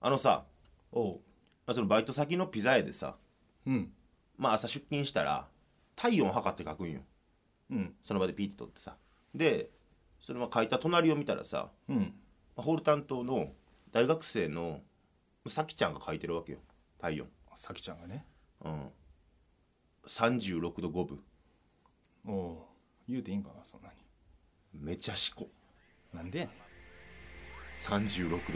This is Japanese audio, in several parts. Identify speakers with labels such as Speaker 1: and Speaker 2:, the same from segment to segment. Speaker 1: あのさ、
Speaker 2: おう
Speaker 1: まあそのバイト先のピザ屋でさ、
Speaker 2: うん
Speaker 1: まあ朝出勤したら、体温測って書くんよ。
Speaker 2: うん
Speaker 1: その場でピーって取ってさ。で、それまあ書いた隣を見たらさ、
Speaker 2: うん
Speaker 1: まあホール担当の大学生のさきちゃんが書いてるわけよ。体温。
Speaker 2: さきちゃんがね
Speaker 1: うん。36度5分。
Speaker 2: おう言うていいんかなそんなに
Speaker 1: めちゃしこ。
Speaker 2: なんでやね
Speaker 1: 36度5分。
Speaker 2: ん分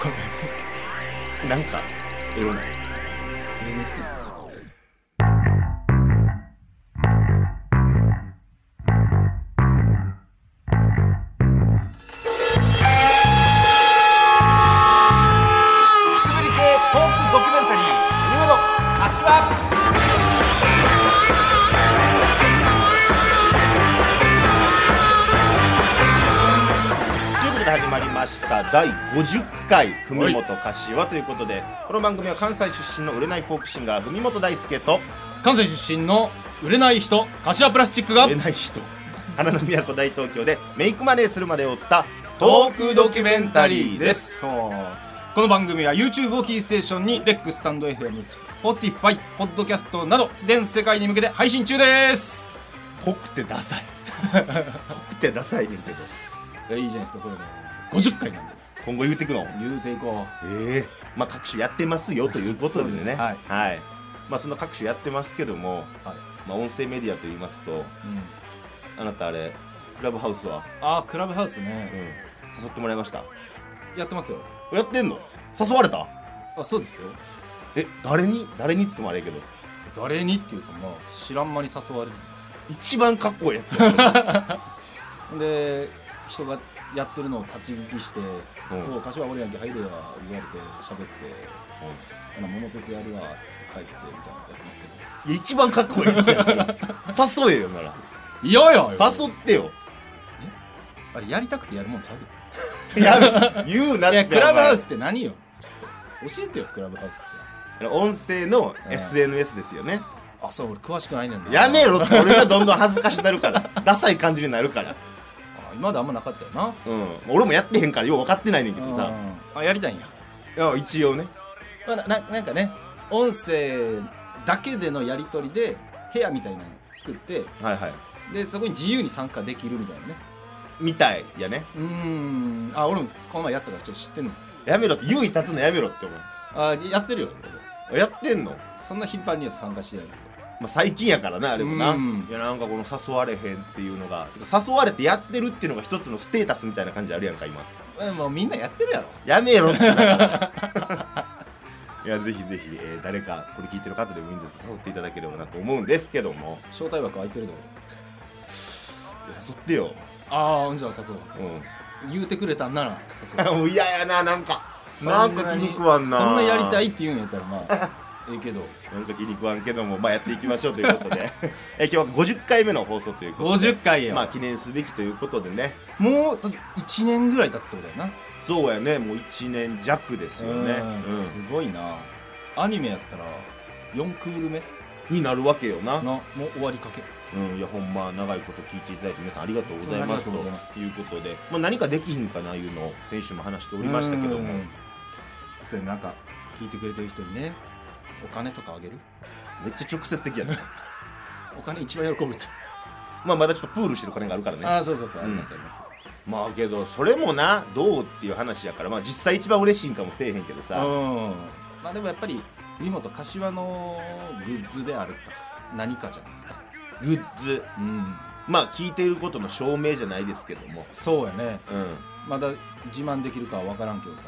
Speaker 2: かんない
Speaker 1: なんか、エロない。
Speaker 2: 平熱や
Speaker 3: くすぶり系トークドキュメンタリー「見事柏
Speaker 1: ということで始まりました第50回「文元柏」ということでこの番組は関西出身の売れないフォークシンガー文元大輔と
Speaker 2: 関西出身の売れない人柏プラスチックが
Speaker 1: 売れない人花の都大東京でメイクマネーするまでを追ったトークドキュメンタリーです
Speaker 2: そうこの番組は YouTube をキーステーションにレックスタンド FM スポティファイポッドキャストなど全世界に向けて配信中です
Speaker 1: ぽくてダ サいぽくてダサいねんけど
Speaker 2: いやいいじゃないですかこれね50回なんで
Speaker 1: 今後言うてくの
Speaker 2: 言うていこ
Speaker 1: ええまあ各種やってますよということで
Speaker 2: そうで
Speaker 1: ね
Speaker 2: すはい
Speaker 1: はい、まあその各種やってますけども、
Speaker 2: うはい、
Speaker 1: まあ、音声メディアと言いますと
Speaker 2: うん、
Speaker 1: あなたあれクラブハウスは、
Speaker 2: ああクラブハウス
Speaker 1: うん、
Speaker 2: ね
Speaker 1: 誘ってもらいました
Speaker 2: やってますよ
Speaker 1: やってんの誘われた
Speaker 2: あそうですよ
Speaker 1: え誰に誰にって言ってもあれやけど
Speaker 2: 誰にっていうかまあ知らん間に誘われて
Speaker 1: 一番かっこいいやつや
Speaker 2: で人がやってるのを立ち聞きして「
Speaker 1: うん
Speaker 2: おう柏俺やんけ入れや」言われて喋って「ほな桃鉄やるわ」って帰ってみたいなことやってますけど
Speaker 1: いや一番かっこいいやつやそれ誘えよなら
Speaker 2: いやや
Speaker 1: 誘ってよ
Speaker 2: あれやりたくてやるもんちゃうで
Speaker 1: やる言うなっ
Speaker 2: い
Speaker 1: て
Speaker 2: やクラブハウ
Speaker 1: ス
Speaker 2: スって何よちょっと教えてよクラブハウスって
Speaker 1: 音声の
Speaker 2: うん
Speaker 1: SNS ですよね
Speaker 2: あそう俺詳しくないねんな
Speaker 1: やめろって俺がどんどん恥ずかしなるから ダサい感じになるから
Speaker 2: あ今まであんまなかったよな
Speaker 1: うん俺もやってへんからよう分かってないねんけどさ
Speaker 2: うんあやりたいんや、
Speaker 1: いや一応ね
Speaker 2: まあ、なななんかね音声だけでのやり取りで部屋みたいなの作って
Speaker 1: はいはい
Speaker 2: でそこに自由に参加できるみたいなね
Speaker 1: みたいやね
Speaker 2: うーんあ俺もこの前やったからちょっと知ってんの
Speaker 1: やめろって優位立つのやめろって思
Speaker 2: あやってるよ俺
Speaker 1: うやってんの
Speaker 2: そんな頻繁には参加してないけ
Speaker 1: まあ、最近やからなあれもな、
Speaker 2: うん
Speaker 1: いやなんかこの誘われへんっていうのがてか誘われてやってるっていうのが一つのステータスみたいな感じあるやんか今
Speaker 2: どえもうみんなやってるやろ
Speaker 1: やめ ろってだからいやぜひぜひ、えー誰かこれ聞いてる方でもいいんですけど誘っていただければなと思うんですけども
Speaker 2: 招待枠空いてるで俺
Speaker 1: いや誘ってよ、
Speaker 2: ああじゃあ誘う
Speaker 1: う
Speaker 2: 言うてくれたんなら誘 う
Speaker 1: ん、もう嫌やななんか
Speaker 2: そ
Speaker 1: なんか気に食わんな
Speaker 2: そんなやりたいって言うんやったらまあ ええけど
Speaker 1: なんか気に食わんけどもまあやっていきましょうということで えー今日は50回目の放送ということで
Speaker 2: 50回よ、
Speaker 1: まあ記念すべきということでね
Speaker 2: もう1年ぐらい経つそうだよな
Speaker 1: そうやねもう1年弱ですよね、
Speaker 2: うんすごいなアニメやったら4クール目
Speaker 1: うん、になるわけよな
Speaker 2: なもう終わりかけ
Speaker 1: うん、いやほんま長いこと聞いていただいて皆さんありがとうございますと
Speaker 2: 本当にありがとうございます
Speaker 1: いうことで、まあ、何かできひんかないうのを先週も話しておりましたけども
Speaker 2: うんそれなんか聞いてくれてる人にねお金とかあげる
Speaker 1: めっちゃ直接的やね
Speaker 2: お金一番喜ぶんちゃ
Speaker 1: まあまだちょっとプールしてる金があるから
Speaker 2: う、
Speaker 1: ね
Speaker 2: ああそうそうそう、
Speaker 1: うん
Speaker 2: ありますあります
Speaker 1: まあけどそれもなどうっていう話やからまあ実際一番嬉しいんかもせえへんけど
Speaker 2: う
Speaker 1: さ
Speaker 2: んまあでもやっぱり見事柏のグッズであるか何かじゃないですか
Speaker 1: グッズ
Speaker 2: うん
Speaker 1: まあ聞いていることの証明じゃないですけども
Speaker 2: そうやね
Speaker 1: うん
Speaker 2: まだ自慢できるかは分からんけどさ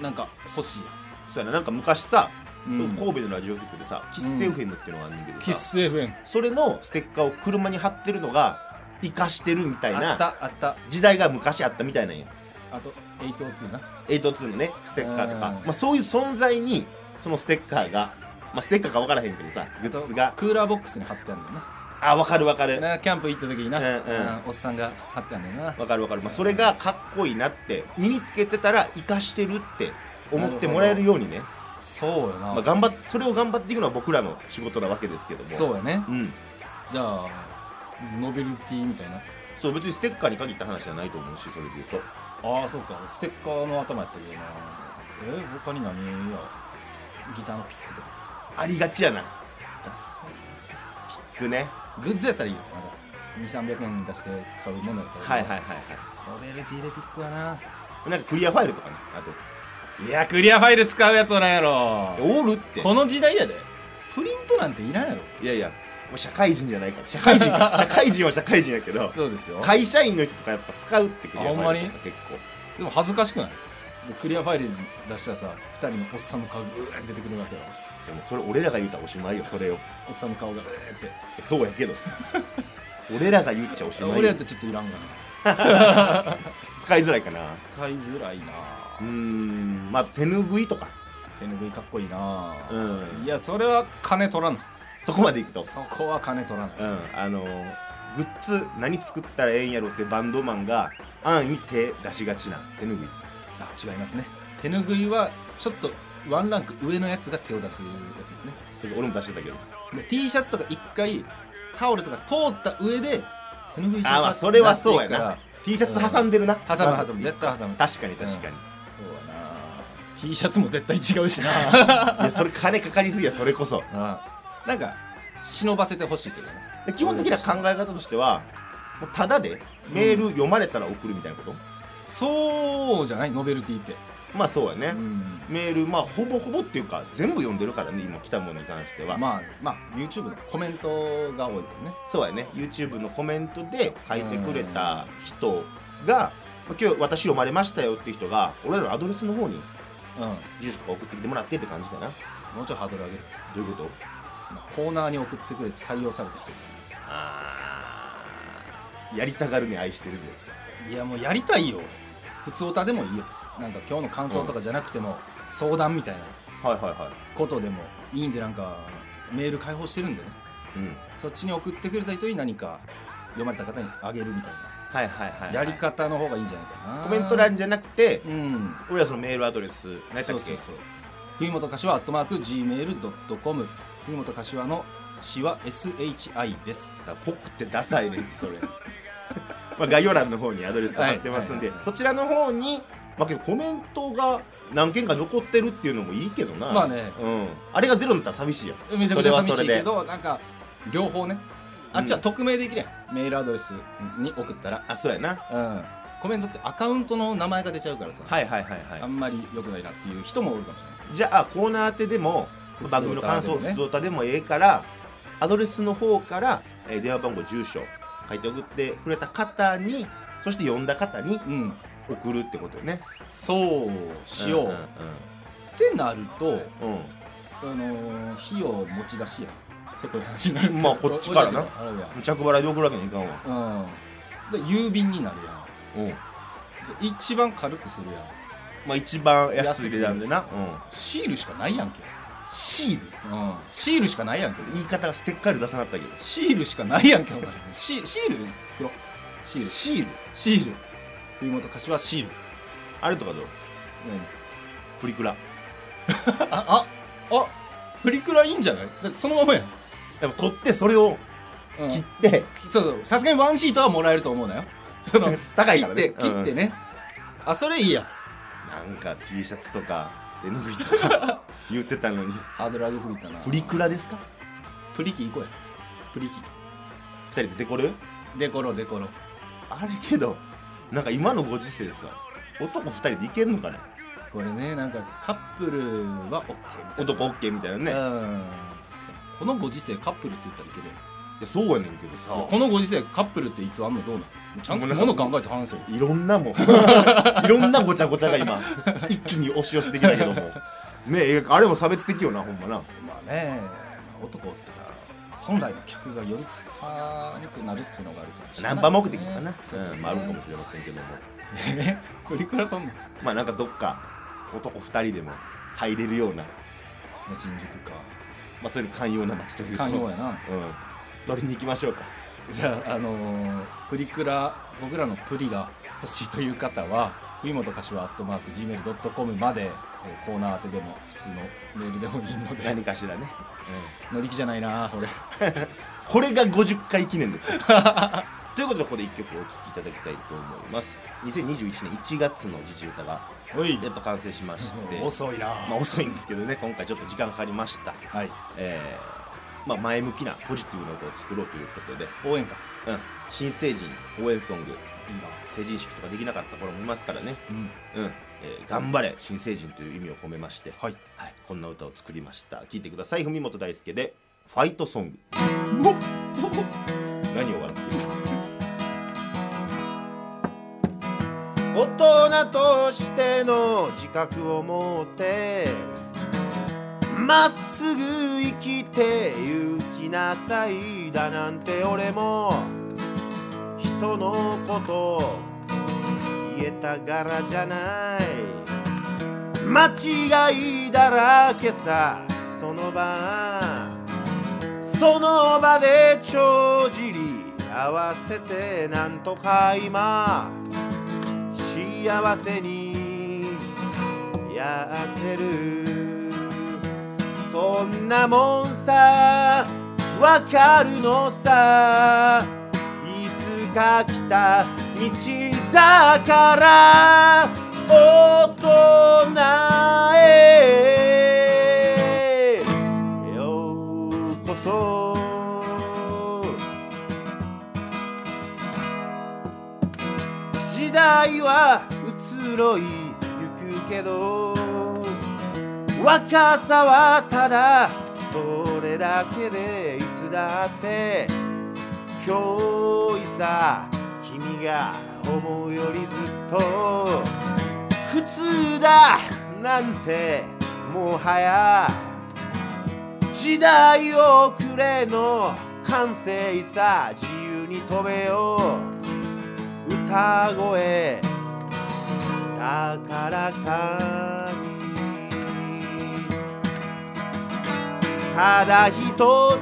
Speaker 2: なんか欲しいや
Speaker 1: そうやななんか昔さ、
Speaker 2: ん、うん、
Speaker 1: 神戸のラジオ局でさ「キッセフェム」っていうのがあんねんけどさ、
Speaker 2: FM
Speaker 1: それのステッカーを車に貼ってるのが生かしてるみたい
Speaker 2: あっ
Speaker 1: な
Speaker 2: たあった
Speaker 1: 時代が昔あったみたいなんや
Speaker 2: あと802な
Speaker 1: 802のねステッカーとか
Speaker 2: うん
Speaker 1: まあ、そういう存在にそのステッカーが、まあ、ステッカーか分からへんけどさグッズが
Speaker 2: あとクーラーボックスに貼ってあるんだよ
Speaker 1: あ分かる分か
Speaker 2: な
Speaker 1: る
Speaker 2: なキャンプ行った時にな、
Speaker 1: うんうん
Speaker 2: おっさんが貼ってあるんだよな
Speaker 1: 分かる分かる、まあ、それがかっこいいなって身につけてたら生かしてるって思ってもらえるようにね、
Speaker 2: そうやな、
Speaker 1: まあ、頑張っそれを頑張っていくのは僕らの仕事なわけですけども
Speaker 2: そうやね
Speaker 1: うん、
Speaker 2: じゃあノベルティみたいな
Speaker 1: そう別にステッカーに限った話じゃないと思うしそれで言うと
Speaker 2: ああそうかステッカーの頭やったけどなえ他に何やギターのピックとか
Speaker 1: ありがちやな
Speaker 2: 出す
Speaker 1: 聞くね
Speaker 2: グッズやったらいいよまだ2300円出して買うものやった
Speaker 1: はい
Speaker 2: ら
Speaker 1: はい
Speaker 2: い
Speaker 1: はいは
Speaker 2: ノベルティでピックはない
Speaker 1: なんかクリアファイルとかねあと
Speaker 2: いやクリアファイル使うやつはなんやろ
Speaker 1: オールって
Speaker 2: この時代やでプリントなんていらんやろ
Speaker 1: いやいやもう社会人じゃないから社 会人か社会人は社会人やけど
Speaker 2: そうですよ
Speaker 1: 会社員の人とかやっぱ使うってクリアファイルとか結
Speaker 2: でも恥ずかしくないでクリアファイル出したらさ2人のおっさんの顔がうーって出てくるわけよ
Speaker 1: 構でもそれ俺らが言うたらおしまいよそれを
Speaker 2: おっさんの顔がうーって
Speaker 1: そうやけ ど俺らが言っちゃおしまいよ
Speaker 2: 俺やったらちょっといらんがな
Speaker 1: 使いづらいかな
Speaker 2: 使いづらいな
Speaker 1: うーんまあ手ぬぐいとか
Speaker 2: 手ぬぐいかっこいいな、
Speaker 1: うん
Speaker 2: いやそれは金取らない
Speaker 1: そこまでいくと
Speaker 2: そこは金取らない、
Speaker 1: うんあのグッズ何作ったらええんやろってバンドマンが安易に手出しがちな手ぬぐい
Speaker 2: あ違いますね手ぬぐいはちょっとワンランク上のやつが手を出すやつですね
Speaker 1: 別に俺も出してたけど
Speaker 2: で T シャツとか一回タオルとか通った上で手ぬぐい状
Speaker 1: あーまあそれはそうやな T シャツ挟んでるな
Speaker 2: なっていくから挟む挟む絶対挟む
Speaker 1: 確かに確かに、
Speaker 2: そうやな T シャツも絶対違うし な
Speaker 1: いやそれ金かかりすぎやそれこそ
Speaker 2: あなんか忍ばせてほしいというかね
Speaker 1: で基本的な考え方としてはもうただでメール読まれたら送るみたいなこと、
Speaker 2: そうじゃないノベルティって、
Speaker 1: まあそうやね
Speaker 2: う、ん、
Speaker 1: メールまあほぼほぼっていうか全部読んでるからね今来たものに関しては、
Speaker 2: まあまあ YouTube のコメントが多いけどね
Speaker 1: そうやね YouTube のコメントで書いてくれた人がまあ今日私読まれましたよっていう人が俺らのアドレスの方に
Speaker 2: う
Speaker 1: 住所とか送ってきてもらってって感じかなん
Speaker 2: もうちょいハードル上げる
Speaker 1: どういうこと
Speaker 2: コーナーに送ってくれて採用された人
Speaker 1: あーやりたがるね愛してるぜ
Speaker 2: いやもうやりたいよ普通オタでもいいよなんか今日の感想とかじゃなくても、相談みたいな
Speaker 1: はいはいは
Speaker 2: ことでもいいんでなんかメール開放してるんでね
Speaker 1: いうん
Speaker 2: そっちに送ってくれた人に何か読まれた方にあげるみたい
Speaker 1: はいはいはい、
Speaker 2: なやり方の方がいいんじゃないかな
Speaker 1: コメント欄じゃなくて
Speaker 2: うん
Speaker 1: 俺らそのメールアドレス何やったっ
Speaker 2: そう
Speaker 1: け
Speaker 2: そうそう冬本柏アットマーク Gmail.com 冬本柏の詩は SHI です
Speaker 1: だからポックってダサいねんってそれ まあ概要欄の方にアドレス貼ってますんで、
Speaker 2: はいはいはい
Speaker 1: そちらの方にまあけどコメントが何件か残ってるっていうのもいいけどな
Speaker 2: まあね
Speaker 1: うん、あれがゼロになったら寂しいやん
Speaker 2: めちゃくちゃ寂し
Speaker 1: そ
Speaker 2: い
Speaker 1: れは
Speaker 2: けどなんか両方ねあっちは匿名できるやん、メールアドレスに送ったら、
Speaker 1: あそうやな
Speaker 2: うん、コメントってアカウントの名前が出ちゃうからさ、
Speaker 1: はいはいはい
Speaker 2: あ
Speaker 1: は
Speaker 2: んまり良くないなっていう人もおるかもしれない
Speaker 1: いじゃあコーナー当てでも
Speaker 2: 普通歌
Speaker 1: 番組の感想
Speaker 2: でね
Speaker 1: 普通歌でもええからアドレスの方から、えー電話番号住所書いて送ってくれた方にそして呼んだ方に
Speaker 2: うん
Speaker 1: 送るってことよね
Speaker 2: そうしよう、
Speaker 1: んん
Speaker 2: っ、てなると、
Speaker 1: うんうん
Speaker 2: あのー、費用持ち出しやんせこい話になる
Speaker 1: まあこっちからな
Speaker 2: 俺たちが払うやん
Speaker 1: 着払いで送るわけにいかんわ
Speaker 2: うん、で郵便になるやん
Speaker 1: うん
Speaker 2: で一番軽くするやん
Speaker 1: まあ一番安い値段でな、うん、
Speaker 2: シールしかないやんけ、
Speaker 1: シール
Speaker 2: うん、シールしかないやんけ
Speaker 1: 言い方がステッカール出さなかったけど
Speaker 2: シールしかないやんけお前シシール作ろうシール
Speaker 1: シール
Speaker 2: シール冬本柏シール
Speaker 1: あれとかどう
Speaker 2: 何
Speaker 1: プリクラ
Speaker 2: あああプリクラいいんじゃないだってそのままやん、
Speaker 1: やっぱ取ってそれを
Speaker 2: うん
Speaker 1: 切って、
Speaker 2: そうそうさすがにワンシートはもらえると思うなよ その
Speaker 1: 高いからね
Speaker 2: 切って切ってね、あそれいいやん
Speaker 1: なんか T シャツとか手ぬぐいとか 言ってたのに
Speaker 2: ハードル上げすぎたな
Speaker 1: プリクラですか
Speaker 2: プリキ行こうやプリキ
Speaker 1: 二人でデコる
Speaker 2: デコロデコロ
Speaker 1: あれけどなんか今のご時世さ男二人でいけんのかね
Speaker 2: これねなんかカップルは OK みたいな
Speaker 1: 男 OK みたいなね、い
Speaker 2: うんこのご時世カップルって言ったらいけるやん
Speaker 1: やそうやねんけどさ
Speaker 2: このご時世カップルっていつあんのどうなのちゃんと
Speaker 1: もう
Speaker 2: も
Speaker 1: な
Speaker 2: の
Speaker 1: んか
Speaker 2: 考えて話せよ
Speaker 1: いろんな もんいろんなごちゃごちゃが今一気に押し寄せてきたけどもねえあれも差別的よなほんまな
Speaker 2: まあね男って本来の客がよりつかにくなるっていうのがあるかもしれな
Speaker 1: ナ
Speaker 2: い、
Speaker 1: ンパ目的かな、
Speaker 2: そうそう
Speaker 1: うんまあ、あるかもしれませんけども
Speaker 2: えプリクラ撮んのじゃ
Speaker 1: まあなんかどっか男2人でも入れるような、ま
Speaker 2: あ新宿か
Speaker 1: あ、そういう寛容な街というか
Speaker 2: 寛容やな
Speaker 1: うん取りに行きましょうか
Speaker 2: じゃああのープリクラ僕らのプリが欲しいという方は冬本柏アットマーク Gmail.com まで、えーコーナー宛てでも普通のメールでもいいので
Speaker 1: 何かしらね
Speaker 2: 乗り気じゃないな俺
Speaker 1: これが50回記念ですよということでここで1曲お聴きいただきたいと思います2021年1月の自治歌が
Speaker 2: おい
Speaker 1: やっと完成しまして
Speaker 2: 遅いな、
Speaker 1: まあ、遅いんですけどね今回ちょっと時間かかりました、
Speaker 2: はい
Speaker 1: えーまあ、前向きなポジティブな歌を作ろうということで、
Speaker 2: 応援歌
Speaker 1: うん、新成人応援ソング
Speaker 2: いいな
Speaker 1: 成人式とかできなかった頃もいますからね、
Speaker 2: うん
Speaker 1: うんえー頑張れ新成人という意味を込めまして、
Speaker 2: はい
Speaker 1: はい、こんな歌を作りました聴いてください文本大輔で「ファイトソング」何を笑っている大人としての自覚を持ってまっすぐ生きてゆきなさいだなんて俺も人のこと言えた柄じゃない間違いだらけさその場その場で帳尻合わせてなんとか今幸せにやってるそんなもんさわかるのさいつか来た道だから大人へようこそ時代は移ろいゆくけど若さはただそれだけでいつだって今日さ君が思うよりずっと普通だなんてもはや時代遅れの完成さ自由に飛べよ歌声だからかにただ一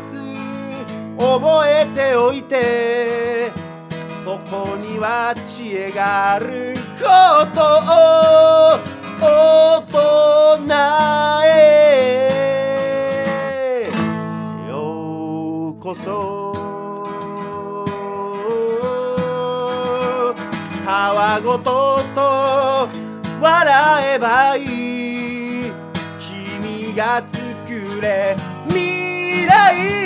Speaker 1: つ覚えておいてそこには知恵があることを大人へようこそたわごとと笑えばいい君が作れ未来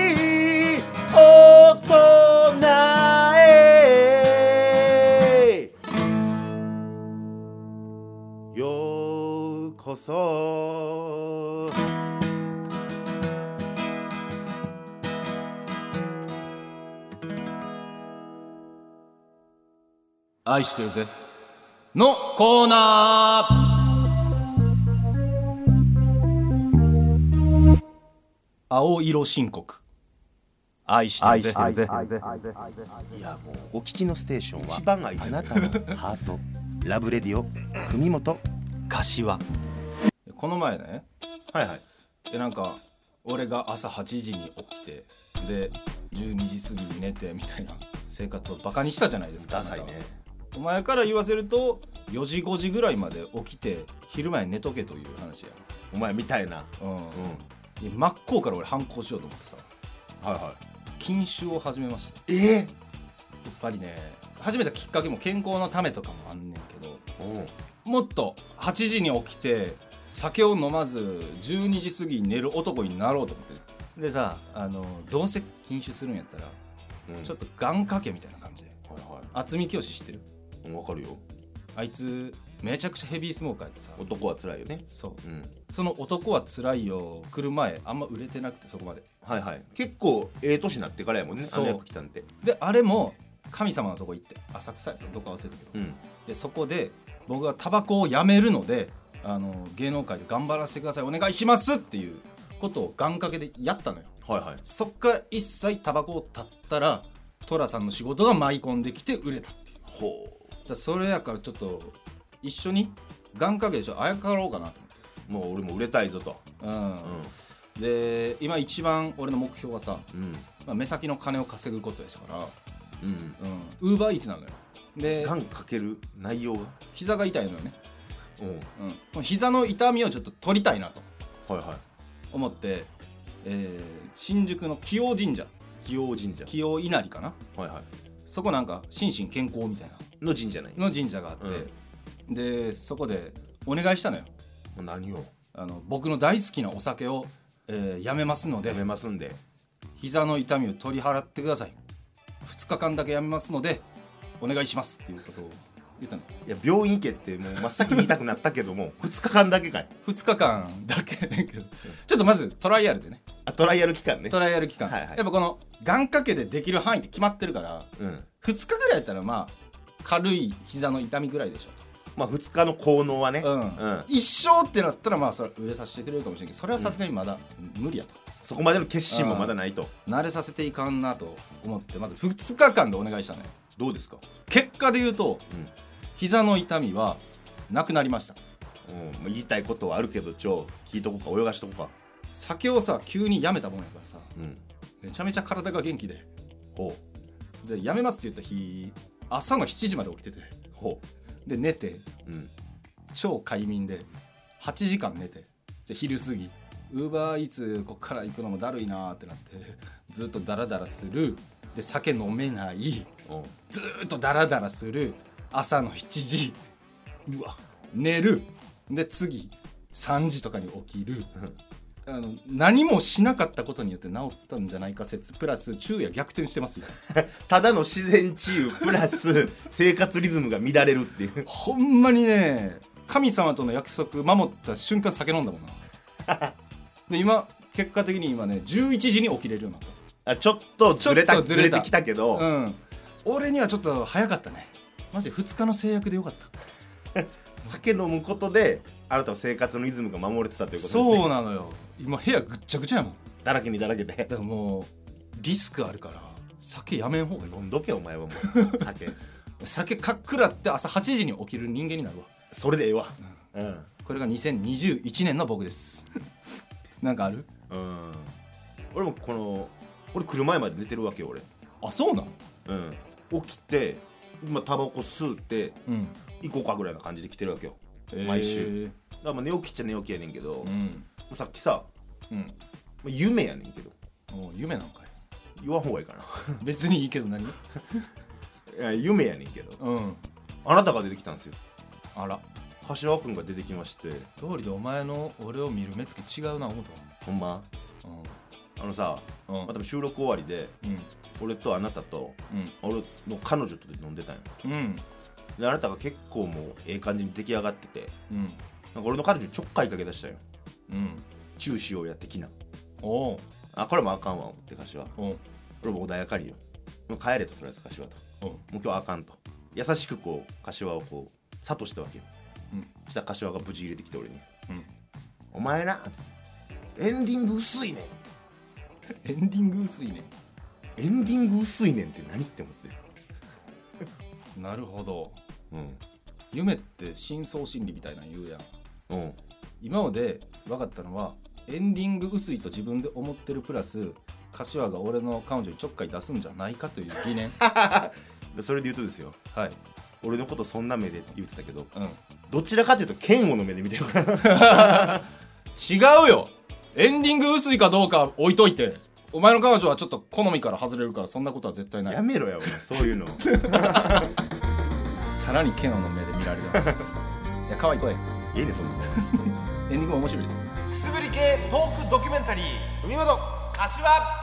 Speaker 1: 大人へようこそ
Speaker 2: 愛してるぜのコーナー青色申告愛してるぜ
Speaker 1: いやもうお聞きのステーションは一番愛あなたのハートラブレディオ文元
Speaker 2: 柏この前ね
Speaker 1: はいはい
Speaker 2: でなんか俺が朝8時に起きてで12時過ぎに寝てみたいな生活をバカにしたじゃないですか
Speaker 1: ダサい
Speaker 2: あなた
Speaker 1: ね
Speaker 2: はお前から言わせると4時5時ぐらいまで起きて昼前に寝とけという話や
Speaker 1: お前みたいな
Speaker 2: うん、
Speaker 1: うん
Speaker 2: いや真っ向から俺反抗しようと思ってさ
Speaker 1: はいは
Speaker 2: 禁酒を始めました
Speaker 1: いえ
Speaker 2: やっぱりね始めたきっかけも健康のためとかもあんねんけど
Speaker 1: うん
Speaker 2: もっと8時に起きて酒を飲まず12時過ぎに寝る男になろうと思ってでさあのどうせ禁酒するんやったら
Speaker 1: うん
Speaker 2: ちょっと願掛けみたいな感じで
Speaker 1: は
Speaker 2: 渥美清知ってる
Speaker 1: いはいわかるよ
Speaker 2: あいつめちゃくちゃヘビースモーカーやってさ
Speaker 1: 男は辛いよね
Speaker 2: そう
Speaker 1: うん
Speaker 2: その「男はつらいよ」来る前あんま売れてなくてそこまで
Speaker 1: はいはい結構ええ年になってからやもんねあ
Speaker 2: そう
Speaker 1: の役来たんて
Speaker 2: であれも神様のとこ行って浅草やったどこか忘れたけど
Speaker 1: うん
Speaker 2: でそこで僕がタバコをやめるのであの芸能界で頑張らせてくださいお願いしますっていうことを願掛けでやったのよ
Speaker 1: はいはい
Speaker 2: そっから一切タバコを絶ったら寅さんの仕事が舞い込んできて売れたっていうだか
Speaker 1: ほ
Speaker 2: らそれやからちょっと一緒に願掛けでしょあやかろうかなと
Speaker 1: うもう俺も売れたいぞと
Speaker 2: 思って、
Speaker 1: う
Speaker 2: うん、で今一番俺の目標はさ、
Speaker 1: んうん
Speaker 2: まあ、目先の金を稼ぐことでしたから
Speaker 1: うん
Speaker 2: ウーバーイーツなのよで
Speaker 1: がんかける内容が
Speaker 2: 膝が痛いのよね、
Speaker 1: うん
Speaker 2: うん、この膝の痛みをちょっと取りたいなと
Speaker 1: はいは
Speaker 2: 思って、えー新宿の紀王神社
Speaker 1: い紀王神社
Speaker 2: 紀王稲荷かな
Speaker 1: はいはい
Speaker 2: そこなんか心身健康みたい
Speaker 1: の神社ない
Speaker 2: なの神社があって、でそこでお願いしたのよ
Speaker 1: 何を
Speaker 2: あの僕の大好きなお酒を、えーやめますので
Speaker 1: やめますんで
Speaker 2: 膝の痛みを取り払ってください2日間だけやめますのでお願いしますっていうことを言ったの
Speaker 1: いや病院行けってもう真っ先に痛くなったけども 2日間だけかい
Speaker 2: 2日間だけ だけどちょっとまずトライアルでね
Speaker 1: あトライアル期間ね
Speaker 2: トライアル期間、
Speaker 1: はいはい
Speaker 2: やっぱこの願掛けでできる範囲って決まってるから
Speaker 1: うん
Speaker 2: 2日ぐらいやったらまあ軽い膝の痛みぐらいでしょ
Speaker 1: まあ2日の効能はね、
Speaker 2: と、うん
Speaker 1: うん
Speaker 2: 一生ってなったらまあそれ売れさせてくれるかもしれんけどそれはさすがにまだ無理やと
Speaker 1: そこまでの決心もまだないと
Speaker 2: 慣れさせていかんなと思ってまず2日間でお願いしたね
Speaker 1: どうですか、
Speaker 2: 結果で言うと
Speaker 1: うん
Speaker 2: 膝の痛みはなくなりました
Speaker 1: うんまあ、言いたいことはあるけどちょ聞いとこうか泳がしとこう
Speaker 2: 酒をさ急にやめたもんやからさ
Speaker 1: かうん
Speaker 2: めちゃめちゃ体が元気で
Speaker 1: ほ
Speaker 2: でやめますって言った日朝の7時まで起きてて
Speaker 1: うほ
Speaker 2: で寝て
Speaker 1: ううん
Speaker 2: 超快眠で8時間寝てじゃあ昼過ぎウーバーイーツこっから行くのもだるいなーってなってずっとダラダラするで酒飲めない
Speaker 1: おう
Speaker 2: ずーっとダラダラする朝の7時うわ寝るで次3時とかに起きるあの何もしなかったことによって治ったんじゃないか説プラス昼夜逆転してますよ
Speaker 1: ただの自然治癒プラス生活リズムが乱れるっていう
Speaker 2: ほんまにね神様との約束守った瞬間酒飲んだもんな で今結果的に今ね11時に起きれるようになっ
Speaker 1: あちょっとずれた
Speaker 2: ちょっと
Speaker 1: ず
Speaker 2: ず
Speaker 1: れ
Speaker 2: れた
Speaker 1: てきたけど、
Speaker 2: たうん俺にはちょっと早かったねマジで2日の制約でよかった
Speaker 1: 酒飲むことであなたの生活のリズムが守れてたということですね
Speaker 2: そうなのよ今部屋ぐっちゃぐちゃやもん
Speaker 1: だらけにだらけで
Speaker 2: だからもうリスクあるから酒やめん方がいい
Speaker 1: 飲んどけお前はもう酒
Speaker 2: 酒かっくらって朝8時に起きる人間になるわ
Speaker 1: それでええわうん
Speaker 2: これが2021年の僕です なんかある
Speaker 1: うん俺もこの俺来る前まで寝てるわけよ俺
Speaker 2: あそうなん
Speaker 1: うん起きて今タバコ吸って
Speaker 2: うん
Speaker 1: 行こうかぐらいな感じで来てるわけよ毎週、だからまあ寝起きっちゃ寝起きやねんけど
Speaker 2: えーう、ん
Speaker 1: さっきさ
Speaker 2: うん
Speaker 1: まあ夢やねんけど
Speaker 2: もう夢なんかい
Speaker 1: 言わん方がいいかな
Speaker 2: 別にいいけど何
Speaker 1: いや夢やねんけど
Speaker 2: うん
Speaker 1: あなたが出てきたんですよ
Speaker 2: あら
Speaker 1: 柏君が出てきまして
Speaker 2: 通りでお前の俺を見る目つき違うな思う
Speaker 1: ほんま
Speaker 2: たわ
Speaker 1: あのさ、
Speaker 2: うんうん
Speaker 1: まあ、多分収録終わりで
Speaker 2: うん
Speaker 1: 俺とあなたと俺の彼女とで飲んでたんよ
Speaker 2: うんうん
Speaker 1: であなたが結構もうええ感じに出来上がってて
Speaker 2: うん
Speaker 1: なんか俺の彼女にちょっかいかけ出したんよ
Speaker 2: うん
Speaker 1: チューしようやってきな
Speaker 2: おう
Speaker 1: あこれもあかんわ思って柏
Speaker 2: おう
Speaker 1: 俺も穏やかによもう帰れととりあえず柏と
Speaker 2: おう
Speaker 1: もう今日はあかんと優しくこう柏をこう諭したわけよ
Speaker 2: うん
Speaker 1: そしたら柏が無事入れてきて俺に
Speaker 2: うん
Speaker 1: 「お前な」つってエンディング薄いねん
Speaker 2: エンディング薄いね
Speaker 1: エンディング薄いねんって何って思って
Speaker 2: なるほど
Speaker 1: うん
Speaker 2: 夢って深層心理みたいなの言うやん
Speaker 1: うん
Speaker 2: 今まで分かったのはエンディング薄いと自分で思ってるプラス柏が俺の彼女にちょっかい出すんじゃないかという疑 念
Speaker 1: でそれで言うとですよ
Speaker 2: はい
Speaker 1: 俺のことそんな目でって言ってたけど
Speaker 2: うん
Speaker 1: どちらかというと剣王の目で見てるから
Speaker 2: 違うよエンディング薄いかどうか置いといてお前の彼女はちょっと好みから外れるからそんなことは絶対な
Speaker 1: や
Speaker 2: い
Speaker 1: めろよお前そういうの
Speaker 2: さらにケノの目で見られます いや可愛い声エ
Speaker 1: いいねそんなの
Speaker 2: ンディングも面白いです
Speaker 3: くすぶり系トークドキュメンタリー海本柏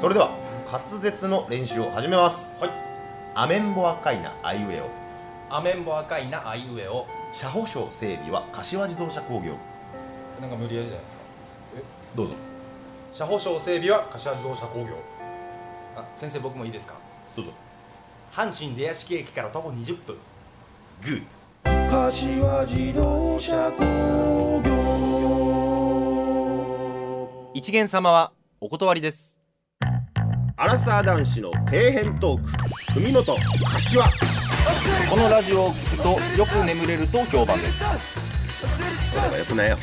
Speaker 1: それでは滑舌の練習を始めます
Speaker 3: はい
Speaker 1: アメンボ赤いなアイウェオ
Speaker 3: アメンボ赤いなあいうえを
Speaker 1: 車保証整備は柏自動車工業
Speaker 3: なんか無理やりじゃないですか
Speaker 1: どうぞ
Speaker 3: 車保証整備は柏自動車工業あ先生僕もいいですか
Speaker 1: どうぞ
Speaker 3: 阪神出屋敷駅から徒歩20分
Speaker 1: グッ
Speaker 4: 柏自動車工業
Speaker 3: 一元様はお断りです
Speaker 1: アラサー男子の底辺トーク文元柏このラジオを聞くとよく眠れると評判ですそれはよくないよ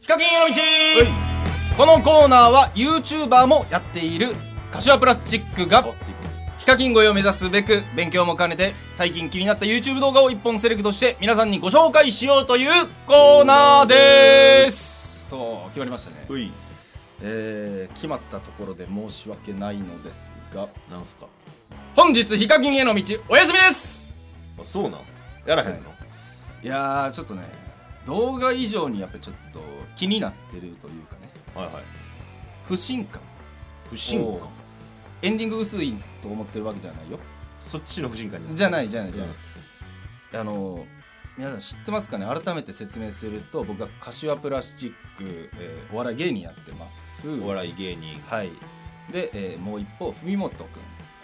Speaker 2: ヒカキンへの道このコーナーは YouTuber もやっている柏プラスチックがヒカキン越えを目指すべく勉強も兼ねて最近気になった YouTube 動画を1本セレクトして皆さんにご紹介しようというコーナーですそう決まりましたね
Speaker 1: うい
Speaker 2: えー決まったところで申し訳ないのですが
Speaker 1: なんすか
Speaker 2: 本日ヒカキンへの道お休みです
Speaker 1: あそうなんやらへんの、
Speaker 2: いやーちょっとね動画以上にやっぱちょっと気になってるというかね
Speaker 1: はい、はい
Speaker 2: 不信感
Speaker 1: 不信
Speaker 2: を
Speaker 1: 感
Speaker 2: エンディング薄いと思ってるわけじゃないよ
Speaker 1: そっちの不信感に
Speaker 2: じゃないじゃないじゃない
Speaker 1: うん、
Speaker 2: あの皆さん知ってますかね改めて説明すると僕は柏プラスチック、えーお笑い芸人やってます
Speaker 1: お笑い芸人
Speaker 2: はいで、えーもう一方文元君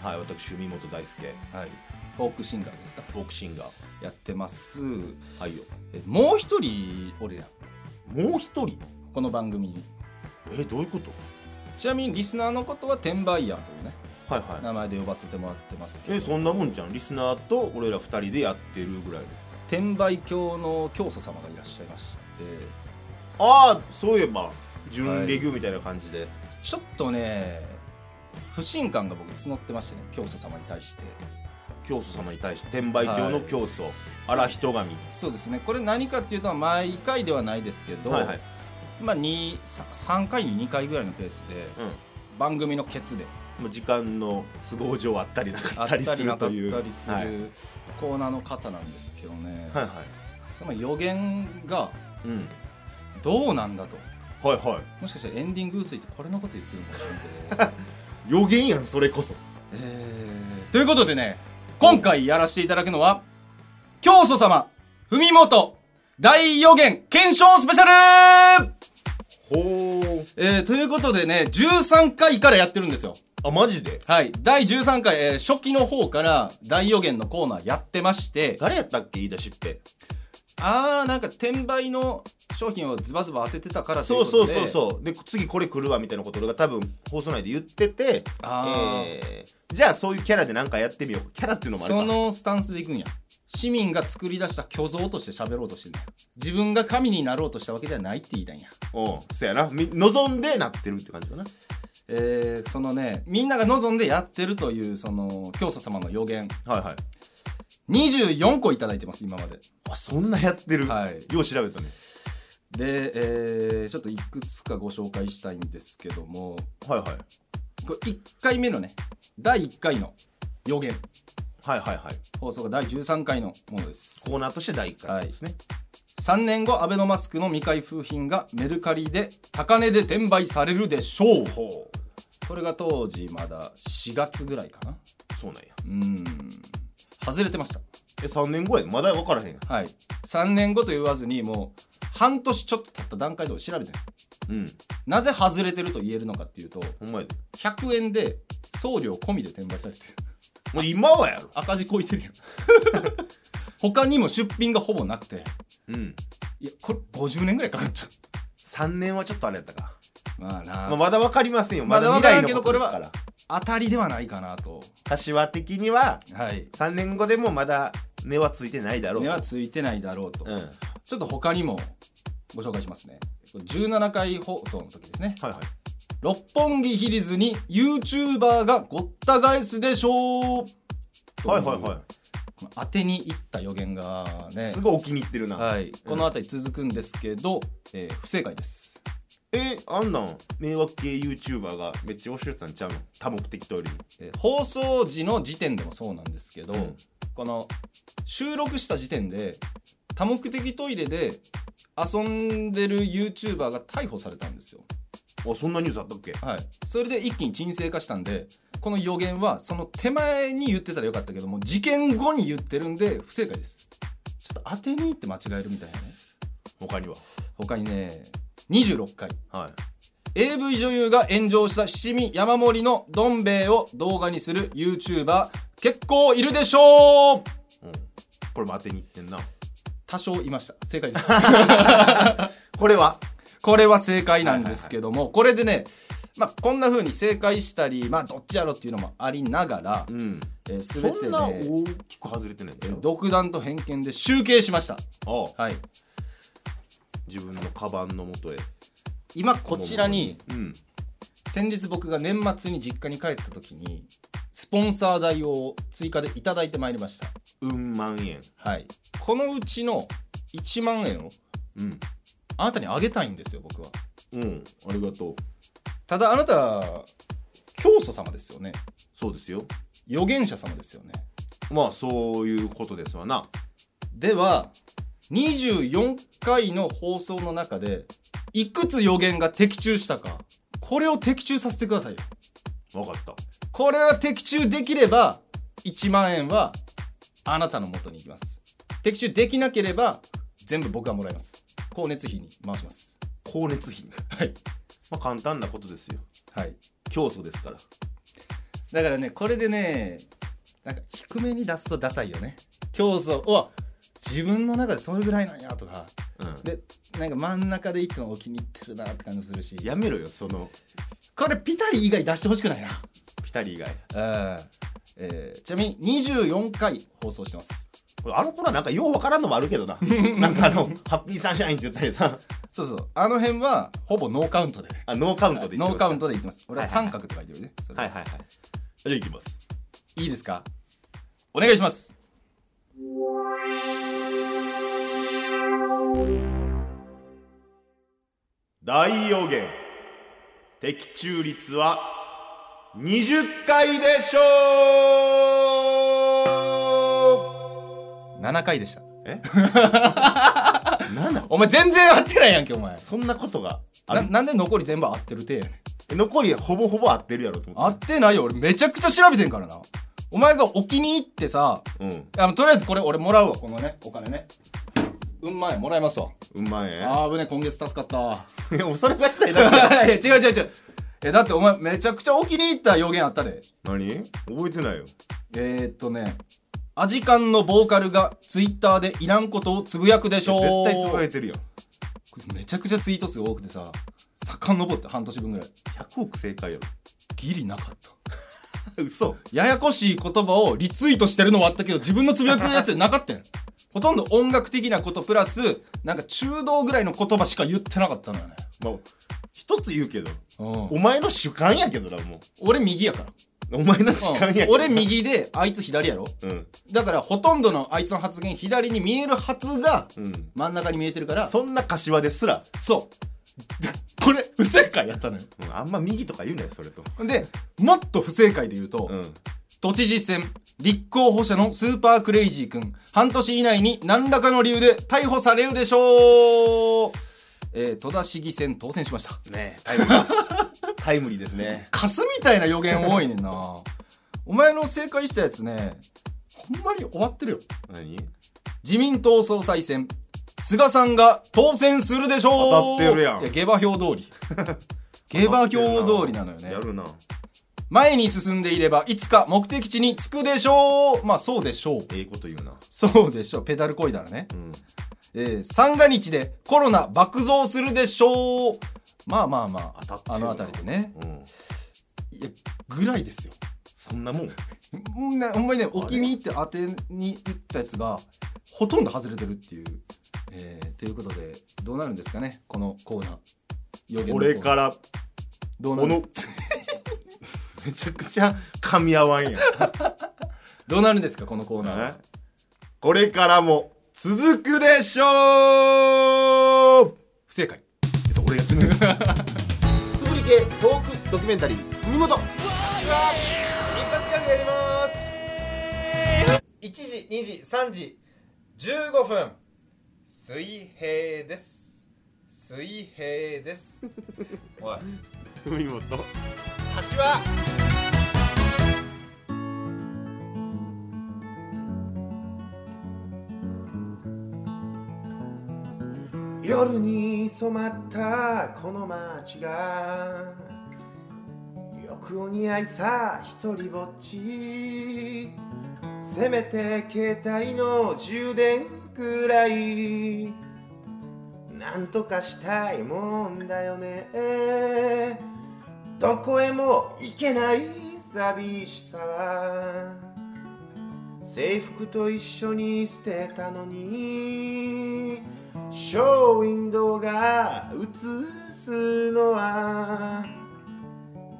Speaker 1: はい私文本大輔
Speaker 2: はいフォークシンガーですか
Speaker 1: フォークシンガー
Speaker 2: やってます
Speaker 1: はいよ
Speaker 2: えもう一人おるやん
Speaker 1: もう一人
Speaker 2: この番組に
Speaker 1: えどういうこと
Speaker 2: ちなみにリスナーのことは転売ヤーというね
Speaker 1: はいはい
Speaker 2: 名前で呼ばせてもらってますけ
Speaker 1: え
Speaker 2: ど
Speaker 1: そんなもんじゃんリスナーと俺ら二人でやってるぐらいで
Speaker 2: 転売教の教祖様がいらっしゃいまして
Speaker 1: ああそういえば準レギュみたいな感じで、
Speaker 2: ちょっとね不信感が僕募ってましてね教祖様に対して
Speaker 1: 教祖様に対して転売教の教祖、荒人神
Speaker 2: そうですねこれ何かっていうと毎回ではないですけど、
Speaker 1: はいはい
Speaker 2: まあ、2 3回に2回ぐらいのペースで
Speaker 1: う
Speaker 2: 番組のケツで
Speaker 1: んもう時間の都合上あったりな
Speaker 2: あ
Speaker 1: か
Speaker 2: っ
Speaker 1: った
Speaker 2: た
Speaker 1: り
Speaker 2: り
Speaker 1: する
Speaker 2: なか
Speaker 1: と
Speaker 2: っ
Speaker 1: いう
Speaker 2: たりす
Speaker 1: はい、はい
Speaker 2: るコーナーの方なんですけどね、
Speaker 1: はい
Speaker 2: その予言が
Speaker 1: うん
Speaker 2: どうなんだと
Speaker 1: はいは
Speaker 2: もしかしたらエンディング薄いってこれのこと言ってるのかもしれない
Speaker 1: い予言やんそれこそ
Speaker 2: ということでね今回やらせていただくのは教祖様文元大予言検証スペシャル
Speaker 1: ほう
Speaker 2: えー、ということでね13回からやってるんですよ
Speaker 1: あマジで
Speaker 2: はい第13回、えー初期の方から大予言のコーナーやってまして
Speaker 1: 誰やったっけ言い出しって
Speaker 2: あーなんか転売の商品をズバズバ当ててたからと
Speaker 1: そ
Speaker 2: い
Speaker 1: ううそう
Speaker 2: ことで
Speaker 1: そうそうで次これ来るわみたいなことが多分放送内で言ってて、
Speaker 2: あー
Speaker 1: えーじゃあそういうキャラで何かやってみようキャラっていうのもあるか
Speaker 2: そのスタンスでいくんや市民が作り出した虚像として喋ろうとしてんねん自分が神になろうとしたわけではないって言いたいんや
Speaker 1: うんそやなみ望んでなってるって感じかな
Speaker 2: えー、そのねみんなが望んでやってるというその教祖様の予言
Speaker 1: はいはい
Speaker 2: 24個いただいてます今まで
Speaker 1: あそんなやってる、
Speaker 2: はい
Speaker 1: よう調べたね
Speaker 2: で、えー、ちょっといくつかご紹介したいんですけども
Speaker 1: はいはい
Speaker 2: これ1回目のね第1回の予言
Speaker 1: はいはいはい
Speaker 2: 放送が第13回のものです
Speaker 1: コーナーとして第1回ですね、
Speaker 2: 3年後アベノマスクの未開封品がメルカリで高値で転売されるでしょう
Speaker 1: ほう
Speaker 2: これが当時まだ4月ぐらいかな
Speaker 1: そうなんや
Speaker 2: うん外れてました
Speaker 1: え3年後やでまだ分からへんやん
Speaker 2: はい3年後と言わずにもう半年ちょっと経った段階で調べて
Speaker 1: うん
Speaker 2: なぜ外れてると言えるのかっていうと
Speaker 1: ほんまやで
Speaker 2: 100円で送料込みで転売されてる
Speaker 1: もう今はやろ
Speaker 2: 赤字こいてるやん 他にも出品がほぼなくて
Speaker 1: うん
Speaker 2: いやこれ50年ぐらいかかっちゃ
Speaker 1: 3年はちょっとあれやったか、
Speaker 2: うまあな
Speaker 1: まあ、まだ分かりませんよまだ
Speaker 2: ま
Speaker 1: 未
Speaker 2: だ
Speaker 1: 来
Speaker 2: 分からんけど
Speaker 1: のことですから
Speaker 2: 当たりではないかなと
Speaker 1: 柏的には
Speaker 2: はい
Speaker 1: 3年後でもまだ根はついてないだろう
Speaker 2: 目はついてないだろうと、
Speaker 1: うんはい
Speaker 2: ちょっと他にもご紹介しますね17回放送の時ですね
Speaker 1: はい
Speaker 2: 六本木ヒルズに YouTuber がごった返すでしょう
Speaker 1: はいはいはい
Speaker 2: この当てにいった予言が
Speaker 1: い、
Speaker 2: ね
Speaker 1: すごいお気に入ってるな、
Speaker 2: はい、この辺り続くんですけど、えー不正解です
Speaker 1: えあんなん迷惑系 YouTuber がめっちゃ教えてたんちゃうの多目的トイレに
Speaker 2: えー放送時の時点でもそうなんですけど、
Speaker 1: うん
Speaker 2: この収録した時点で多目的トイレで遊んでる YouTuber が逮捕されたんですよ、
Speaker 1: あそんなニュースあったっけ
Speaker 2: はい、それで一気に沈静化したんでこの予言はその手前に言ってたらよかったけども事件後に言ってるんで不正解ですちょっと当てにいって間違えるみたいなね
Speaker 1: 他には
Speaker 2: 他にね26回
Speaker 1: はい
Speaker 2: AV 女優が炎上した七味山盛りのどん兵衛を動画にする YouTuber 結構いるでしょう
Speaker 1: うん、これも当てにいってんな
Speaker 2: 多少いました正解です
Speaker 1: これは
Speaker 2: これは正解なんですけども、これでねまあこんな風に正解したりまあどっちやろっていうのもありながら、
Speaker 1: ん
Speaker 2: えー
Speaker 1: そ
Speaker 2: 全て
Speaker 1: んな
Speaker 2: ね
Speaker 1: 大きく外れてないんだ
Speaker 2: えー
Speaker 1: よ
Speaker 2: 独断と偏見で集計しました
Speaker 1: ああ
Speaker 2: はい
Speaker 1: 自分のカバンの元へ
Speaker 2: 今こちらに
Speaker 1: うん
Speaker 2: 先日僕が年末に実家に帰った時にスポンサー代を追加でいただいてまいりました
Speaker 1: うん万円
Speaker 2: はい、このうちの1万円を
Speaker 1: うん
Speaker 2: あなたにあげたいんですよ僕は
Speaker 1: うんありがと
Speaker 2: ただあなた教祖様ですよね
Speaker 5: そうですよ
Speaker 2: 預言者様ですよね
Speaker 5: まあそういうことですわな
Speaker 2: では24回の放送の中でいくつ予言が的中したかこれを的中させてくださいよ
Speaker 5: 分かった
Speaker 2: これは的中できれば1万円はあなたの元に行きます的中できなければ全部僕がもらいます光熱費に回します
Speaker 5: 光熱費
Speaker 2: はい
Speaker 5: まあ簡単なことですよ
Speaker 2: はい
Speaker 5: 競争ですから
Speaker 2: だからねこれでねなんか低めに出すとダサいよね競争うわ自分の中でそれぐらいなんやとか
Speaker 5: うん
Speaker 2: でなんか真ん中でいくのお気に入ってるなって感じもするし
Speaker 5: やめろよその
Speaker 2: これピタリ以外出してほしくないな
Speaker 5: ピタリ以外
Speaker 2: えーちなみに24回放送してます
Speaker 5: あの頃はなんかようわからんのもあるけ どななんかあのハッピーサンシャインって言ったりさ
Speaker 2: そうそうあの辺はほぼノーカウントで
Speaker 5: あノーカウントで言っ
Speaker 2: ノ
Speaker 5: て
Speaker 2: ー
Speaker 5: ますか
Speaker 2: カウントで言ってます俺は
Speaker 5: はいはい
Speaker 2: 三角と書いてるねそれ
Speaker 5: はいはいはいじゃあいきます
Speaker 2: いいですかお願いします
Speaker 5: 大予言的中率は20回でしょ
Speaker 2: 7回でした
Speaker 5: うえ 7?
Speaker 2: お前全然合ってないやんけお前
Speaker 5: そんなことがあ
Speaker 2: な
Speaker 5: る
Speaker 2: なんで残り全部合ってるて
Speaker 5: 残りほぼほぼ合ってるやろと
Speaker 2: 合
Speaker 5: 思っ
Speaker 2: っててないよ俺めちゃくちゃ調べてんからなお前がお気に入ってさ
Speaker 5: うん
Speaker 2: あのとりあえずこれ俺もらうわこのねお金ねうんまいもらいますわ
Speaker 5: うまいね
Speaker 2: あーぶね今月助かったわ
Speaker 5: それが したいだけや
Speaker 2: いや違う違う違うえだってお前めちゃくちゃお気に入った予言あったで
Speaker 5: 何覚えてないよ
Speaker 2: えー、っとねアジカンのボーカルがツイッターでいらんことをつぶやくでしょう
Speaker 5: 絶対つぶえてるよ
Speaker 2: これめちゃくちゃツイート数多くてさ遡って半年分ぐらい
Speaker 5: 100億正解よ
Speaker 2: ギリなかった
Speaker 5: 嘘
Speaker 2: ややこしい言葉をリツイートしてるのはあったけど自分のつぶやくやつなか ったんほとんど音楽的なことプラスなんか中道ぐらいの言葉しか言ってなかったのよね、
Speaker 5: まあ一つ言うけど
Speaker 2: うん、
Speaker 5: お前の主観やけどなも
Speaker 2: 俺右やから
Speaker 5: うお前の主観やけ
Speaker 2: うん
Speaker 5: ど
Speaker 2: 俺右であいつ左やろ
Speaker 5: うん
Speaker 2: だからほとんどのあいつの発言左に見えるはずが
Speaker 5: うん
Speaker 2: 真ん中に見えてるからそ
Speaker 5: そんな柏ですら
Speaker 2: うこれ不正解やったのよ
Speaker 5: うんあんま右とか言うなよそれと
Speaker 2: でもっと不正解で言うと、
Speaker 5: うん
Speaker 2: 都知事選立候補者のスーパークレイジー君半年以内に何らかの理由で逮捕されるでしょう、えー戸田市議選当選しました
Speaker 5: ねえタイム リータイムリーですね
Speaker 2: カスみたいな予言多いねん なお前の正解したやつねほんまに終わってるよ
Speaker 5: 何
Speaker 2: 自民党総裁選菅さんが当選するでし
Speaker 5: 当
Speaker 2: ょう
Speaker 5: たってるやん
Speaker 2: いや下馬評 通り下馬評通りなのよね
Speaker 5: やるな
Speaker 2: 前に進んでいればいつか目的地に着くでしょうまあそうでしょう
Speaker 5: ええこと言うな
Speaker 2: そうでしょうペダルこいだらね
Speaker 5: うん
Speaker 2: えー、三が日でコロナ爆増するでしょうまあまあま
Speaker 5: 当たっ
Speaker 2: あ
Speaker 5: てる
Speaker 2: あの辺りでね
Speaker 5: うん
Speaker 2: いやぐらいですよ
Speaker 5: そんなもん
Speaker 2: ほんねほんまにねお気に入って当てに行ったやつがほとんど外れてるっていう、えー、ということでどうなるんですかねこのコーナー予言のコーナー
Speaker 5: 俺から
Speaker 2: どうな
Speaker 5: こ
Speaker 2: る
Speaker 5: の めちゃくちゃ噛み合わんやん
Speaker 2: どうなるんですかこのコーナーは
Speaker 5: これからも続くでしょう
Speaker 2: 不正解
Speaker 5: そ俺やって る
Speaker 1: つぶり系トークドキュメンタリー海本
Speaker 2: 一発ギャグやります1時2時3時15分水平です水平ですおい
Speaker 5: 海本
Speaker 2: 橋は
Speaker 1: 夜に染まったこの街が欲を似合いさ一人ぼっちせめて携帯の充電くらいなんとかしたいもんだよねどこへも行けない寂しさは制服と一緒に捨てたのにショーウィンドウが映すのは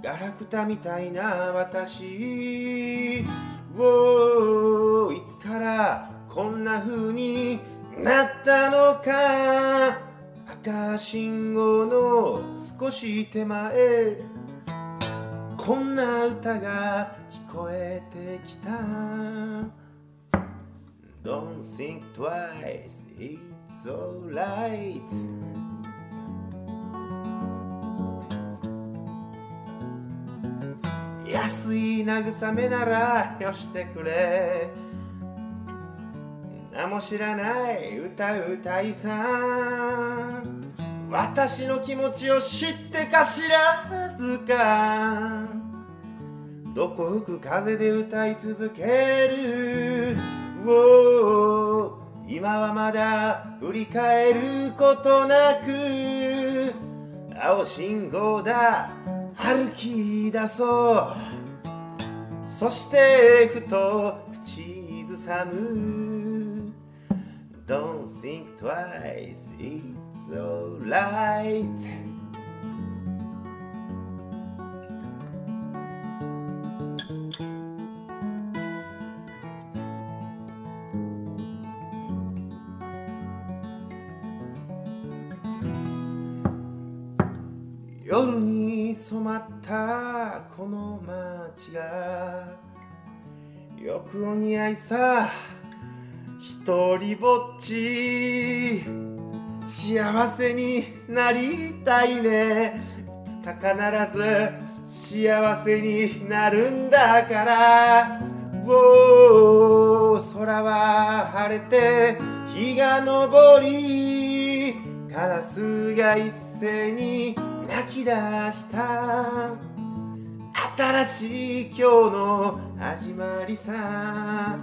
Speaker 1: ガラクタみたいな私をいつからこんな風になったのか赤信号の少し手前こんな歌が聞こえてきた Don't think twice, it's alright 安い慰めならよしてくれ何も知らない歌うたいさん私の気持ちを知ってか知らずかどこ吹く風で歌い続ける Oh 今はまだ振り返ることなく青信号だ歩き出そうそしてふと口ずさむ Don't think twice, it's alright 夜に染まったこの街がよくお似合いさ一人ぼっち幸せになりたいねいつか必ず幸せになるんだからおー空は晴れて日が昇りカラスが一斉に泣き出した新しい今日の始まりさ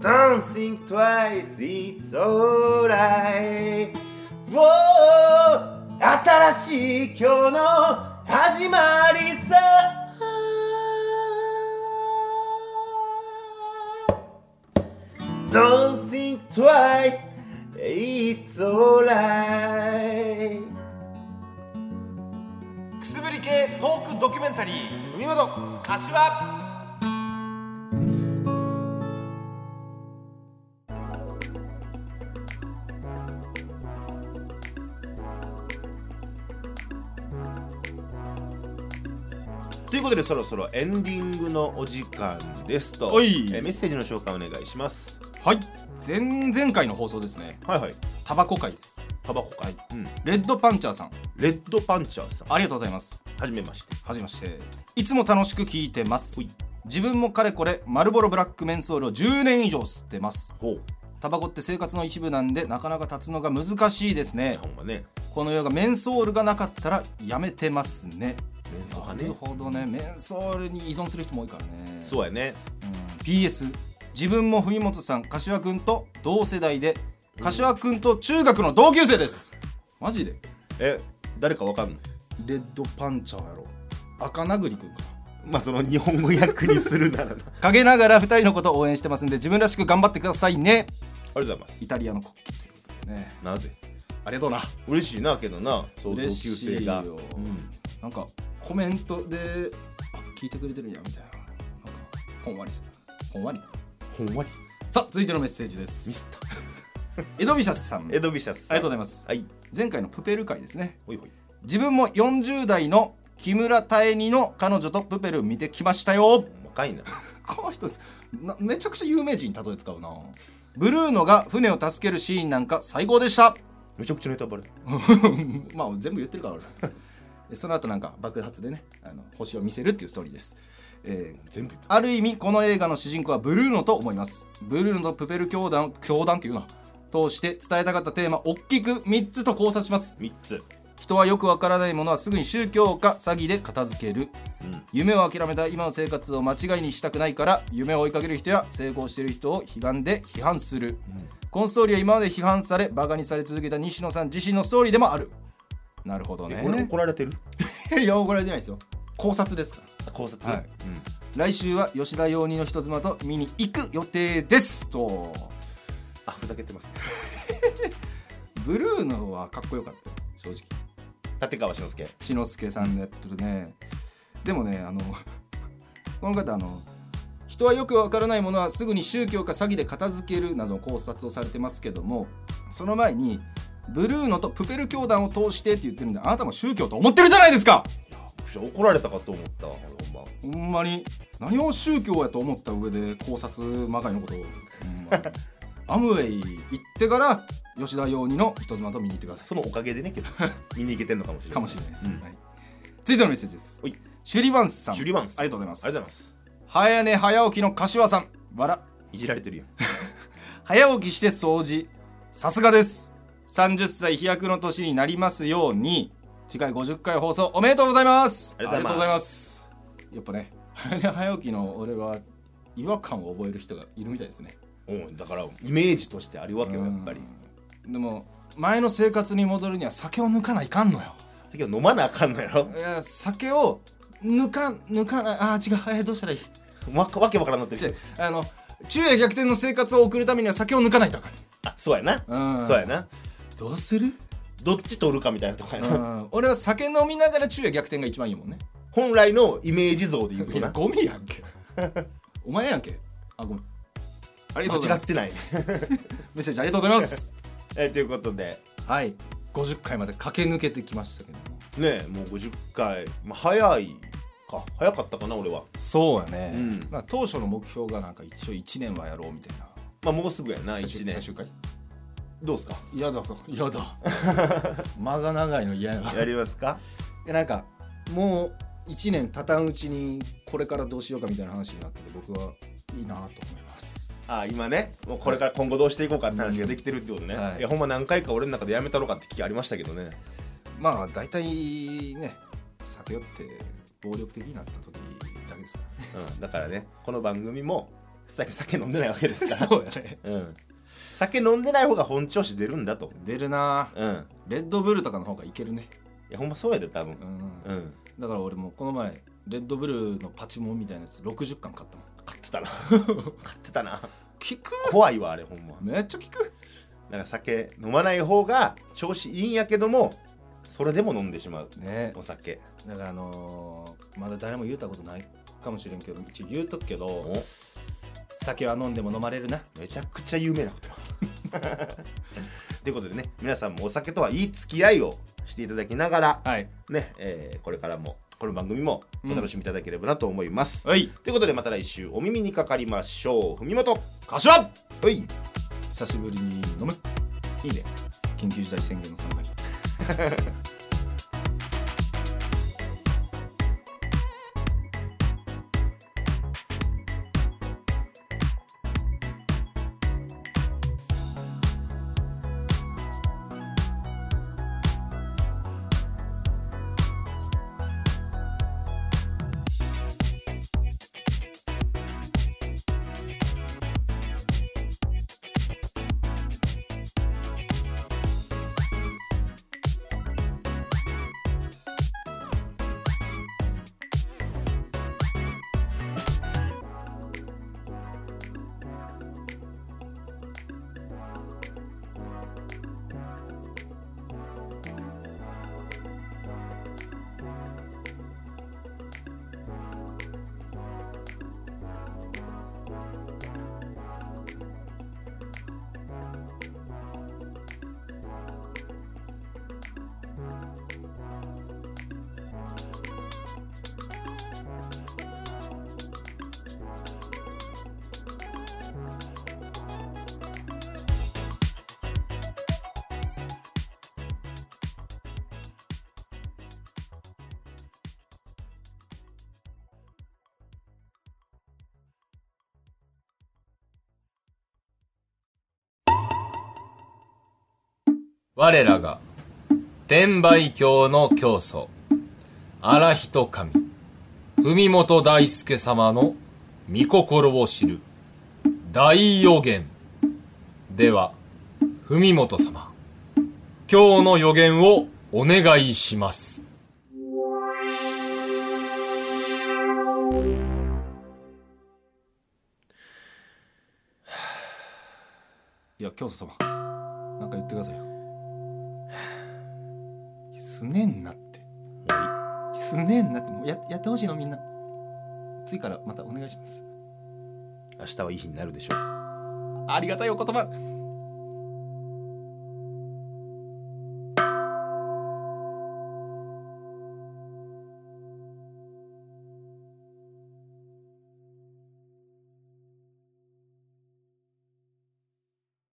Speaker 1: Don't think twice, it's alright おー新しい今日の始まりさ「Don't think twice, it's alright」
Speaker 3: くすぶり系トークドキュメンタリー海本柏
Speaker 1: ということでそろそろエンディングのお時間ですと、
Speaker 2: おい
Speaker 1: えーメッセージの紹介お願いします
Speaker 2: はい前々回の放送ですね
Speaker 1: はいはい
Speaker 2: タバコ会です
Speaker 1: タバコ会、うん、
Speaker 2: レッドパンチャーさん
Speaker 1: レッドパンチャーさん
Speaker 2: ありがとうございます
Speaker 1: はじめまして
Speaker 2: はじめましていつも楽しく聞いてます自分もかれこれマルボロブラックメンソールを10年以上吸ってます
Speaker 1: ほう
Speaker 2: タバコって生活の一部なんでなかなか立つのが難しいですね
Speaker 1: ほんまね
Speaker 2: この世がメンソールがなかったらやめてますね
Speaker 1: メンソール
Speaker 2: な
Speaker 1: ね
Speaker 2: るほどねメンソールに依存する人も多いからね
Speaker 1: そうやね
Speaker 2: PS 自分も文元さん柏くんと同世代で柏くんと中学の同級生ですマジで
Speaker 1: え誰かわかんの
Speaker 2: レッドパンチャーやろ赤殴りくんか
Speaker 1: まあその日本語訳にする ならなあり
Speaker 2: 陰ながら二人のことを応援してますんで自分らしく頑張ってくださいね
Speaker 1: がとうございます
Speaker 2: イタリアの国旗ということでね
Speaker 1: なぜ
Speaker 2: ありがとうな
Speaker 1: 嬉しいなけどなそう同級
Speaker 2: 嬉し
Speaker 1: 生
Speaker 2: い
Speaker 1: が
Speaker 2: よ、なんかコメントであ聞いてくれてるんやみたいななんかほんわりするほんわり
Speaker 1: ほんまに
Speaker 2: さあ続いてのメッセージですミスった エドビシャスさんあ
Speaker 1: エ
Speaker 2: り
Speaker 1: ドビシャス
Speaker 2: がとうござ
Speaker 1: い
Speaker 2: います
Speaker 1: はい
Speaker 2: 前回のプペル会ですね
Speaker 1: ほいほい
Speaker 2: 自分も40代の木村多江にの彼女とプペル見てきましたよ
Speaker 1: 細かいな
Speaker 2: この人ですなめちゃくちゃ有名人に例え使うなブルーノが船を助けるシーンなんか最高でした
Speaker 1: めちゃくちゃネタバレ
Speaker 2: まあ全部言ってるから俺で その後なんか爆発でねあの星を見せるっていうストーリーです、えー
Speaker 1: 全部言っ
Speaker 2: ある意味この映画の主人公はブルーノと思いますブルーノとプペル教団教団っていうな通して伝えたかったテーマ大きく3つと考察します
Speaker 1: た3つ
Speaker 2: 人はよくわからないものはすぐに宗教か詐欺で片付ける、
Speaker 1: うん
Speaker 2: 夢を諦めた今の生活を間違いにしたくないから夢を追いかける人や成功している人を批判で批判する、コンストーリーは今まで批判されバカにされ続けた西野さん自身のストーリーでもあるなるほどね
Speaker 1: これ怒られてる
Speaker 2: いや怒られてないですよ考察ですから
Speaker 1: 考察
Speaker 2: はい来週は吉田洋二の人妻と見に行く予定ですと
Speaker 1: あふざけてます
Speaker 2: ブルーのはかっこよかったよ正直
Speaker 1: 立川俊介
Speaker 2: 志の輔さんのやってるね、でもねあの この方あの人はよくわからないものはすぐに宗教か詐欺で片付けるなどの考察をされてますけどもその前にブルーノとプペル教団を通してって言ってるんであなたも宗教と思ってるじゃないですか
Speaker 1: 怒られたかと思ったわほんま
Speaker 2: ほんまに何を宗教やと思った上で考察まがいのことを、 ほんまアムウェイ行ってから吉田洋二の人妻と見に行ってくださ
Speaker 1: そのおかげでねけ ど見に行けてんのかもしれない
Speaker 2: いかもしれないです、
Speaker 1: うん
Speaker 2: はい、続いてのメッセージです
Speaker 1: おい
Speaker 2: シュリバンスさん
Speaker 1: シュリバンス
Speaker 2: ありがとうございます
Speaker 1: ありがとうございます
Speaker 2: 早寝早起きの柏さんわら
Speaker 1: いじられてるやん
Speaker 2: 早起きして掃除さすがです30歳飛躍の年になりますように次回50回放送おめでとうございます
Speaker 1: ありがとうござい
Speaker 2: ますやっぱね 早寝早起きの俺は違和感を覚える人がいるみたいですね
Speaker 1: うんだからイメージとしてあるわけよやっぱり
Speaker 2: うんでも前の生活に戻るには酒を抜かないかんのよ
Speaker 1: 先は飲まなあかんのやろ
Speaker 2: いや酒を抜か抜かないあー違うえーどうしたらいい
Speaker 1: わわけわからんなって
Speaker 2: 違
Speaker 1: る
Speaker 2: うあの昼夜逆転の生活を送るためには酒を抜かないとあかん
Speaker 1: あそうやな
Speaker 2: うん
Speaker 1: そうやな
Speaker 2: どうする
Speaker 1: どっち取るかみたいなとこや
Speaker 2: う
Speaker 1: なん
Speaker 2: 俺は酒飲みながら昼夜逆転が一番いいもんね
Speaker 1: 本来のイメージ像で言うと
Speaker 2: いや
Speaker 1: な
Speaker 2: ゴミやんけお前やんけあごめんありがとうござ
Speaker 1: 間違
Speaker 2: いま
Speaker 1: っ
Speaker 2: す
Speaker 1: てない
Speaker 2: メッセージありがとうございます
Speaker 1: えということで
Speaker 2: はい50回まで駆け抜けてきましたけども
Speaker 1: ねもう50回まあ早いか早かったかな俺は
Speaker 2: そうやね、
Speaker 1: うん
Speaker 2: まあ、当初の目標がなんか一応1年はやろうみたいな
Speaker 1: まあもうすぐやな
Speaker 2: 最終
Speaker 1: 1
Speaker 2: 最終
Speaker 1: 年
Speaker 2: 回
Speaker 1: どうですか
Speaker 2: 嫌だそう嫌 だ間が長いの嫌やな
Speaker 1: やりますか
Speaker 2: でなんかもう1年たたんうちにこれからどうしようかみたいな話になってて僕はいいなと思います
Speaker 1: あ今ねもうこれから今後どうしていこうかって話ができてるってことね、
Speaker 2: はい
Speaker 1: い、やほんま何回か俺の中でやめたのかって聞きありましたけどね
Speaker 2: まあ大体ね酒酔って暴力的になった時だけですか
Speaker 1: うん、だからねこの番組も酒酒飲んでないわけです
Speaker 2: ら
Speaker 1: から
Speaker 2: そうやね
Speaker 1: う、ん、酒飲んでない方が本調子出るんだと
Speaker 2: 出るな
Speaker 1: うん
Speaker 2: レッドブルとかの方がいけるね
Speaker 1: いやほんまそうやで多
Speaker 2: う
Speaker 1: 分
Speaker 2: ん
Speaker 1: うん
Speaker 2: だから俺もこの前レッドブルのパチモンみたいなやつ60巻買ったもん
Speaker 1: 買ってたな買ってたな
Speaker 2: 効く
Speaker 1: 怖いわあれほんま
Speaker 2: めっちゃ効く
Speaker 1: だから酒飲まない方が調子いいんやけどもそれでも飲んでしまう
Speaker 2: ね
Speaker 1: お酒
Speaker 2: だからあのーまだ誰も言うたことないかもしれんけど一応言うとくけど
Speaker 1: お
Speaker 2: 酒は飲んでも飲まれるな
Speaker 1: めちゃくちゃ有名な ことよということでね皆さんもお酒とはいい付き合いをしていただきながら
Speaker 2: はい
Speaker 1: ね、えーこれからもこの番組も
Speaker 2: うん
Speaker 1: お楽しみいただければなと思います、
Speaker 2: はい
Speaker 1: ということでまた来週お耳にかかりましょう文元
Speaker 2: 柏
Speaker 1: はいいいね
Speaker 2: 久しぶりに飲む緊急事態宣言の参加に
Speaker 6: 我らが天売教の教祖荒人神文本大輔様の御心を知る大予言では文本様今日の予言をお願いします
Speaker 2: いや教祖様なんか言ってくださいよすねんなってすねんなってもうややってほしいのみんな次からまたお願いします
Speaker 1: 明日はいい日になるでしょう
Speaker 2: ありがたいお言葉